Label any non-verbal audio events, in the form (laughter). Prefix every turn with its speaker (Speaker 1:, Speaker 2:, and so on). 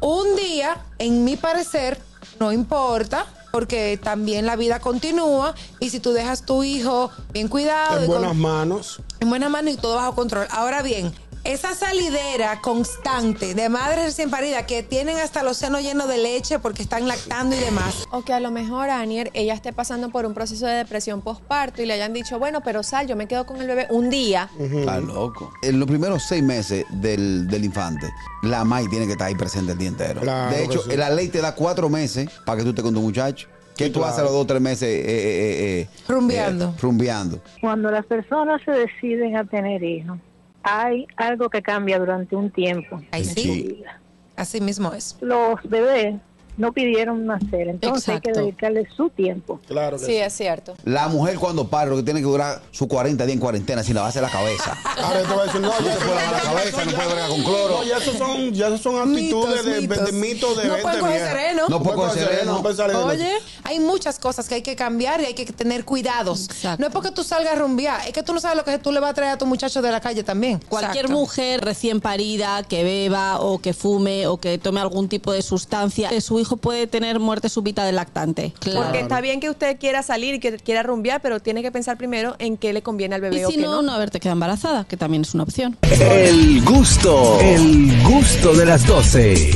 Speaker 1: Un día, en mi parecer, no importa, porque también la vida continúa y si tú dejas tu hijo bien cuidado,
Speaker 2: En
Speaker 1: y con-
Speaker 2: buenas manos.
Speaker 1: en buena mano y todo bajo control. Ahora bien, esa salidera constante de madres recién paridas que tienen hasta el océano lleno de leche porque están lactando y demás.
Speaker 3: O que a lo mejor Anier, ella esté pasando por un proceso de depresión postparto y le hayan dicho, bueno, pero sal, yo me quedo con el bebé un día.
Speaker 4: Está loco. En los primeros seis meses del, del infante, la MAI tiene que estar ahí presente el día entero.
Speaker 2: Claro
Speaker 4: de hecho,
Speaker 2: que sí.
Speaker 4: la ley te da cuatro meses para que tú estés con tu muchacho. ¿Qué
Speaker 2: Sí,
Speaker 4: tú
Speaker 2: claro.
Speaker 4: haces a los dos o tres meses? eh, eh, eh, eh,
Speaker 1: Rumbeando.
Speaker 4: eh, rumbeando.
Speaker 5: Cuando las personas se deciden a tener hijos, hay algo que cambia durante un tiempo.
Speaker 1: Ahí sí, así mismo es.
Speaker 5: Los bebés no pidieron nacer, entonces hay que
Speaker 1: Exacto.
Speaker 5: dedicarle su tiempo.
Speaker 2: Claro que
Speaker 3: Sí, es cierto.
Speaker 4: La mujer cuando pare, lo que tiene que durar sus 40 días en cuarentena sin lavarse la cabeza.
Speaker 2: Ahora te voy a decir, no,
Speaker 4: No
Speaker 2: ya
Speaker 4: se
Speaker 2: eso-
Speaker 4: puede
Speaker 2: (laughs)
Speaker 4: lavar la cabeza, no puede bregar con
Speaker 2: No,
Speaker 4: cloro.
Speaker 2: ya esos son, ya esos son actitudes de- de, de mitos de
Speaker 1: no
Speaker 2: gente
Speaker 1: pueden coger
Speaker 2: vieja.
Speaker 1: sereno.
Speaker 4: No pueden coger sereno.
Speaker 2: no pueden salir de noche.
Speaker 1: Oye, hay muchas cosas que hay que cambiar y hay que tener cuidados.
Speaker 6: Exacto.
Speaker 1: No es porque tú salgas a rumbear, es que tú no sabes lo que tú le vas a traer a tu muchacho de la calle también.
Speaker 6: Cualquier
Speaker 1: Exacto.
Speaker 6: mujer recién parida que beba o que fume o que tome algún tipo de sustancia, eh, su hijo puede tener muerte súbita del lactante.
Speaker 3: Porque está bien que usted quiera salir y que quiera rumbear, pero tiene que pensar primero en qué le conviene al
Speaker 6: Y
Speaker 3: bebé o
Speaker 6: si
Speaker 3: qué
Speaker 6: no, no haberte quedado embarazada, que también es una opción.
Speaker 7: El gusto, el gusto de las 12.